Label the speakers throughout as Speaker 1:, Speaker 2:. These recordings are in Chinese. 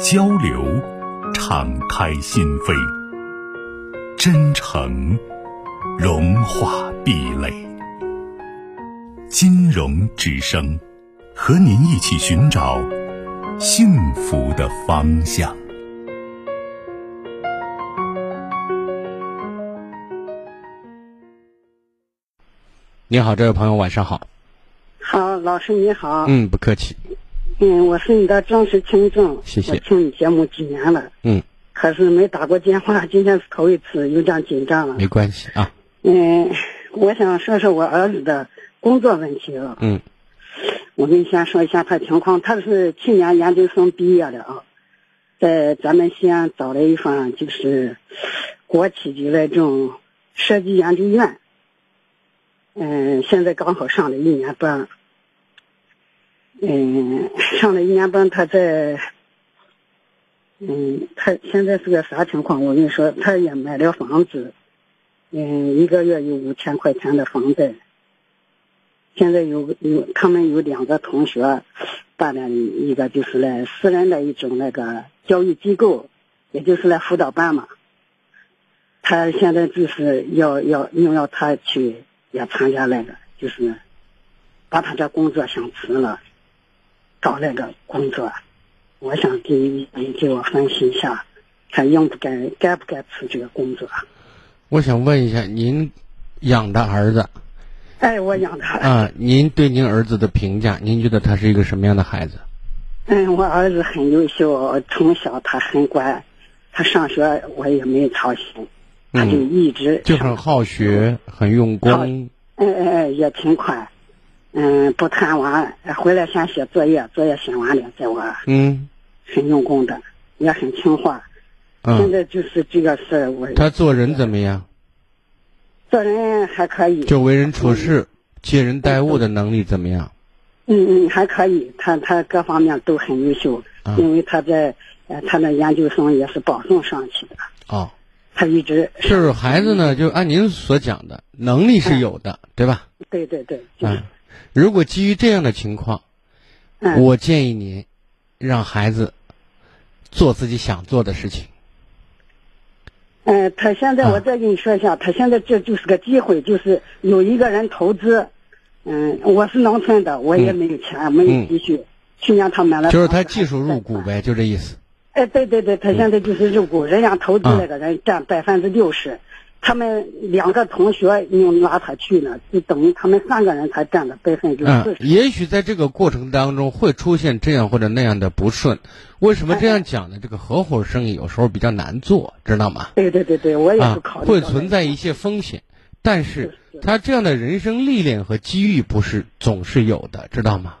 Speaker 1: 交流，敞开心扉，真诚融化壁垒。金融之声，和您一起寻找幸福的方向。
Speaker 2: 你好，这位朋友，晚上好。
Speaker 3: 好，老师你好。
Speaker 2: 嗯，不客气。
Speaker 3: 嗯，我是你的忠实听众，
Speaker 2: 谢谢
Speaker 3: 我听你节目几年了，
Speaker 2: 嗯，
Speaker 3: 可是没打过电话，今天是头一次，有点紧张了。
Speaker 2: 没关系啊。
Speaker 3: 嗯，我想说说我儿子的工作问题啊。
Speaker 2: 嗯
Speaker 3: 我跟你先说一下他情况，他是去年研究生毕业的啊，在咱们西安找了一份就是国企的那种设计研究院，嗯，现在刚好上了一年班，嗯，上了一年班，他在，嗯，他现在是个啥情况？我跟你说，他也买了房子，嗯，一个月有五千块钱的房贷。现在有有他们有两个同学办了一个就是来私人的一种那个教育机构，也就是来辅导班嘛。他现在就是要要硬要他去也参加那个，就是把他这工作想辞了，找那个工作。我想给你你给我分析一下，看应不该该不该辞这个工作。
Speaker 2: 我想问一下，您养的儿子
Speaker 3: 哎，我养他。
Speaker 2: 啊，您对您儿子的评价，您觉得他是一个什么样的孩子？
Speaker 3: 嗯，我儿子很优秀，从小他很乖，他上学我也没操心，他就一直
Speaker 2: 嗯就
Speaker 3: 上
Speaker 2: 很好学，很用功。
Speaker 3: 哎哎哎，也勤快，嗯，不贪玩，回来先写作业，作业写完了再玩，
Speaker 2: 嗯
Speaker 3: 很用功的，也很听话。现
Speaker 2: 嗯，
Speaker 3: 在就是这个事儿，我
Speaker 2: 他做人怎么样？
Speaker 3: 做人还可以，
Speaker 2: 就为人处事、接人待物的能力怎么样？
Speaker 3: 嗯嗯，还可以，他他各方面都很优秀，
Speaker 2: 啊
Speaker 3: 因为他在呃他的研究生也是保送上去的，
Speaker 2: 哦，
Speaker 3: 他一直
Speaker 2: 就是孩子呢，就按您所讲的，能力是有的，对吧？
Speaker 3: 对对对，就是
Speaker 2: 啊，如果基于这样的情况，
Speaker 3: 嗯
Speaker 2: 我建议您让孩子做自己想做的事情。
Speaker 3: 嗯，他现
Speaker 2: 啊
Speaker 3: 在我再跟你说一下，他现在这就是个机会，就是有一个人投资。嗯，我是农村的，我也没有钱，没有积蓄。去年他买
Speaker 2: 嗯
Speaker 3: 了，
Speaker 2: 就是他技术入股。
Speaker 3: 嗯
Speaker 2: 呗，就这意思。
Speaker 3: 哎，对对对，他现在就是入股，人家投资那个人
Speaker 2: 啊
Speaker 3: 占百分之六十，他们两个同学又拉他去呢，就等于他们三个人才占了百分之四
Speaker 2: 嗯，
Speaker 3: 十。
Speaker 2: 也许在这个过程当中会出现这样或者那样的不顺。为
Speaker 3: 嗯
Speaker 2: 什么这样讲呢？这个合伙生意有时候比较难做，知道吗？
Speaker 3: 对对对对，我也
Speaker 2: 啊
Speaker 3: 是考，虑到
Speaker 2: 会
Speaker 3: 这
Speaker 2: 存
Speaker 3: 个
Speaker 2: 在一些风险，但是
Speaker 3: 是是
Speaker 2: 他这样的人生历练和机遇不是总是有的，知道吗？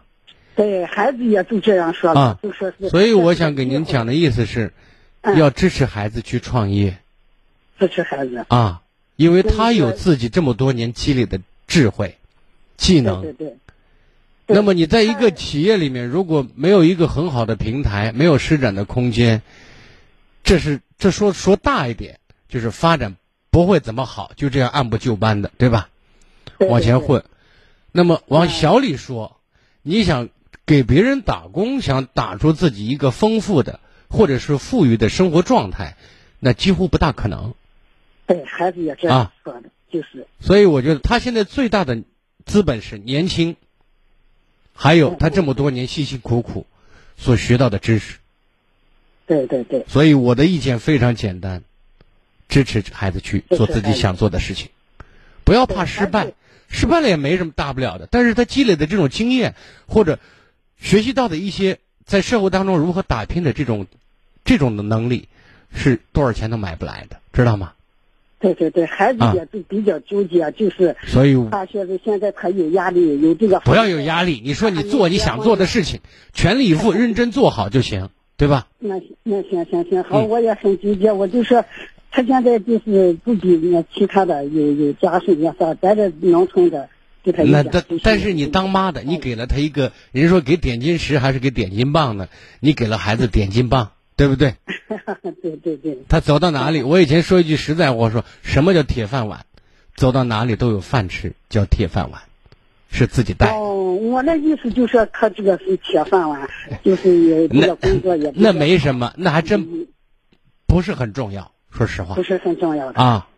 Speaker 3: 对孩子也就这样说了，
Speaker 2: 啊
Speaker 3: 就说是。
Speaker 2: 所以我想给您讲的意思是，
Speaker 3: 嗯
Speaker 2: 要支持孩子去创业
Speaker 3: 支持孩子，
Speaker 2: 啊，因为
Speaker 3: 所以
Speaker 2: 他有
Speaker 3: 说
Speaker 2: 自己这么多年积累的智慧、技
Speaker 3: 对
Speaker 2: 能。
Speaker 3: 对对，对
Speaker 2: 那么你在一个企业里面，如果没有一个很好的平台，没有施展的空间，这是这说说大一点，就是发展不会怎么好，就这样按部就班的，对吧？
Speaker 3: 对
Speaker 2: 往前。
Speaker 3: 对对嗯
Speaker 2: 混。那么往小里说，你想给别人打工，想打出自己一个丰富的或者是富裕的生活状态，那几乎不大可能。
Speaker 3: 对孩子也这
Speaker 2: 啊
Speaker 3: 样说的，就是
Speaker 2: 所以我觉得他现在最大的资本是年轻，还
Speaker 3: 嗯
Speaker 2: 有他这么多年辛辛苦苦所学到的知识。
Speaker 3: 对对对，
Speaker 2: 所以我的意见非常简单，支持孩子去做自己想做的事情，不要怕失败
Speaker 3: 对，
Speaker 2: 失败了也没什么大不了的。但是他积累的这种经验，或者学习到的一些在社会当中如何打拼的这种这种的能力，是多少钱都买不来的，知道吗？
Speaker 3: 对对对，孩子
Speaker 2: 啊
Speaker 3: 也是比较纠结，啊就是
Speaker 2: 所以
Speaker 3: 大学生现在他有压力，有这个
Speaker 2: 不要有压力，你说你做你想做的事情，全力以赴，认真做好就行。对吧？
Speaker 3: 那那行行行，
Speaker 2: 嗯
Speaker 3: 好，我也很纠结，我就说，他现在就是不比那其他的有有家世，也啥，咱这农村的给他一
Speaker 2: 那
Speaker 3: 点
Speaker 2: 但
Speaker 3: 就是哦
Speaker 2: 但是你当妈的，你给了他一个，人家说给点金石还是给点金棒呢？你给了孩子点金棒，对不对？
Speaker 3: 对对对，
Speaker 2: 他走到 哪里，我以前说一句实在话，说什么叫铁饭碗？走到哪里都有饭吃，叫铁饭碗，是自己带的。
Speaker 3: 哦，我那意思就是说他这个是铁饭碗，就是也这个工作也不
Speaker 2: 那
Speaker 3: 是
Speaker 2: 没什么，那还真不是很重要。说实话
Speaker 3: 不是很重要的。
Speaker 2: 啊，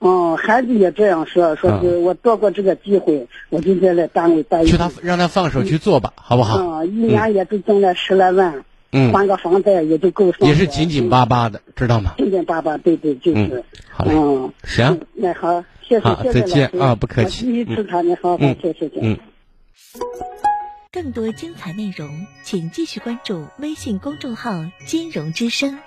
Speaker 3: 哦，孩子也这样说，说是我错过这个机会，我就在那单位待一
Speaker 2: 去他让他放手去做吧，好不好？
Speaker 3: 嗯，一年也就挣了十来万，
Speaker 2: 嗯，
Speaker 3: 还个房贷也就够生活。
Speaker 2: 也是紧紧巴巴的，知道吗？
Speaker 3: 紧紧巴巴，对对，就是
Speaker 2: 嗯。好嘞
Speaker 3: 嗯，
Speaker 2: 行，
Speaker 3: 那好，谢谢
Speaker 2: 好
Speaker 3: 谢谢
Speaker 2: 再见
Speaker 3: 老师
Speaker 2: 啊不客气
Speaker 3: 我第一次谈的好，
Speaker 2: 嗯
Speaker 3: 谢谢谢谢。
Speaker 2: 嗯。
Speaker 4: 更多精彩内容，请继续关注微信公众号“金融之声”。